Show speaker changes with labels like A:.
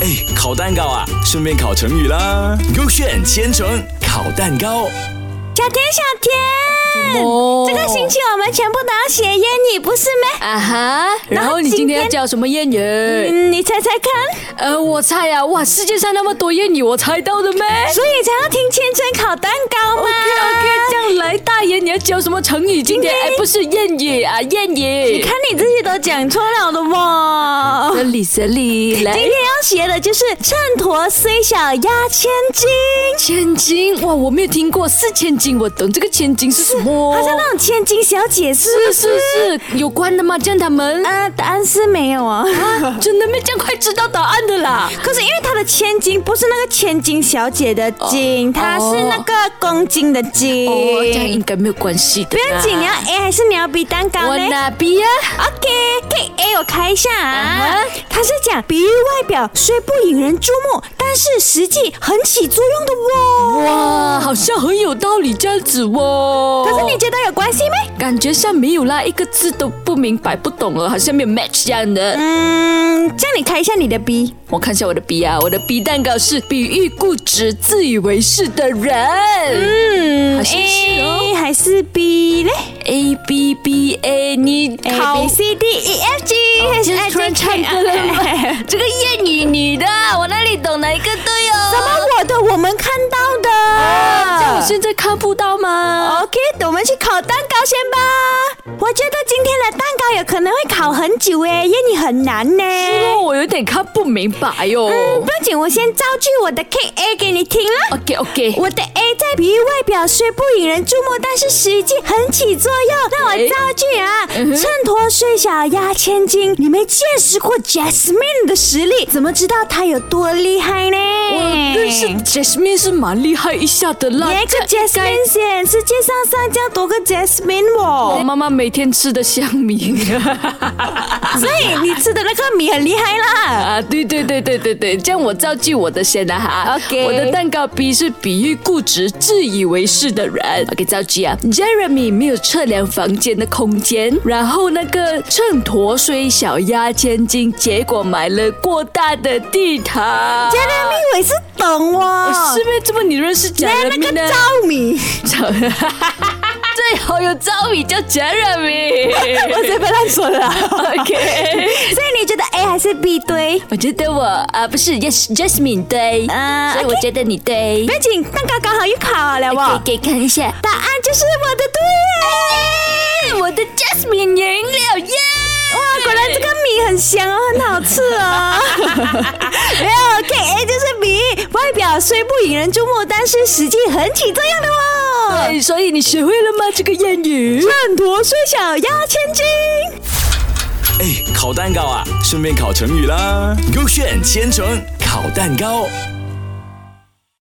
A: 哎，烤蛋糕啊，顺便烤成语啦。勾选千层烤蛋糕，
B: 小田，小田，
C: 哦
B: 这个星期我们全部都要写谚语，不是吗？
C: 啊哈，然后你今天要教什么谚语？
B: 嗯，你猜猜看，
C: 呃，我猜啊，哇，世界上那么多谚语，我猜到的咩
B: 所以才要听千层烤蛋糕嘛。
C: ？OK OK，这样来大爷，你要教什么成语？
B: 今
C: 今天
B: 天
C: 哎，不是谚语啊，谚语。
B: 你看你自己都讲错了的嘛。
C: 这里这里
B: 今
C: 来
B: 天。要学的就是秤砣虽小压千斤，
C: 千金哇，我没有听过四千金，我懂这个千金是什么？
B: 好像那种千金小姐是
C: 哦是是是有关的吗？这样他们、
B: 呃，答案是没有哦。
C: 真的没这样快知道答案的啦。
B: 可是因为它的千金不是那个千金小姐的金，它是那个公斤的斤。
C: 哦，这样应该没有关系的。
B: 不要紧，你要 A 还是你要 B 蛋糕
C: 啊我
B: 呢
C: 哪边呀？
B: ？OK，可以 A 我开一下啊
C: 啊哈。
B: 它是讲比喻外表虽不引人注目，但是实际很起作用的哦。
C: 哇，啊好像很有道理这样子哦。
B: 可是你觉得有关系没？
C: 感觉像没有啦，一个字都不明白、不懂了，好像没有 match 这样的。
B: 嗯，这样你开一下你的 B。
C: 我看一下我的 B 啊，我的 B 蛋糕是比喻固执、自以为是的人。
B: 嗯
C: 好像是哦
B: A 还是 B 嘞
C: A B B A，你
B: ？A
C: 考
B: B C D E F G H
C: 今
B: I
C: 天突
B: J
C: 然
B: K 哎
C: 唱
B: L
C: 歌
B: M
C: 了
B: N O
C: 吗？ 这个谚语你的，我哪里懂哪一个对哦？
B: 怎么我的我们看到的？
C: 啊这样我现在看不到吗？
B: OK，我们去烤蛋糕先吧。我觉得今天的蛋糕有可能会烤很久诶，因为你很难呢。
C: 哦，我有点看不明白哦哟、
B: 嗯，不要紧，我先造句我的 K A 给你听啦。
C: OK OK，
B: 我的 A 在比喻外表虽不引人注目，但是实际很起作用。那我
C: 诶
B: 造句啊，
C: 嗯哼
B: 秤砣虽小压千斤。你没见识过 Jasmine 的实力，怎么知道她有多厉害呢？
C: 但是 Jasmine 是蛮厉害一下的啦。
B: 一个
C: 这应该
B: Jasmine 先，世界上上这样多个 Jasmine
C: 我
B: 哦，
C: 妈妈每天吃的香米
B: 所以你吃的那个米很厉害啦。
C: 啊，对对对对对对，这样我造句我的先啦哈。
B: OK
C: 我的蛋糕 B 是比喻固执、自以为是的人。OK，造句啊，Jeremy 没有测量房间的空间，然后那个秤砣虽小压千斤，结果买了过大的地毯。
B: 原来米我也是懂哦，
C: 啊是啊不是这么你认识
B: 哎那
C: Jeremy 呢
B: 个？糙米，
C: 那个最好有造语叫 Jeremy。
B: 我随便乱说的 啦。
C: OK，
B: 所以你觉得 A 还是 B 对？
C: 我觉得我啊、不是 Yes Jasmine 对，
B: 啊
C: 所以
B: OK
C: 我觉得你对
B: 不。要紧，蛋糕刚好又烤了哇。
C: 给看一下，
B: 答案就是我的对耶，我的 Jasmine 赢了耶！哇，果然这个米很香哦，很好吃哦。没有 K A 就是米，外表虽不引人注目，但是实际很起作用的哦。
C: 对，所以你学会了吗？这个谚语。
B: 秤砣虽小压千斤。
A: 哎，烤蛋糕啊，顺便烤成语啦。勾选千层烤蛋糕。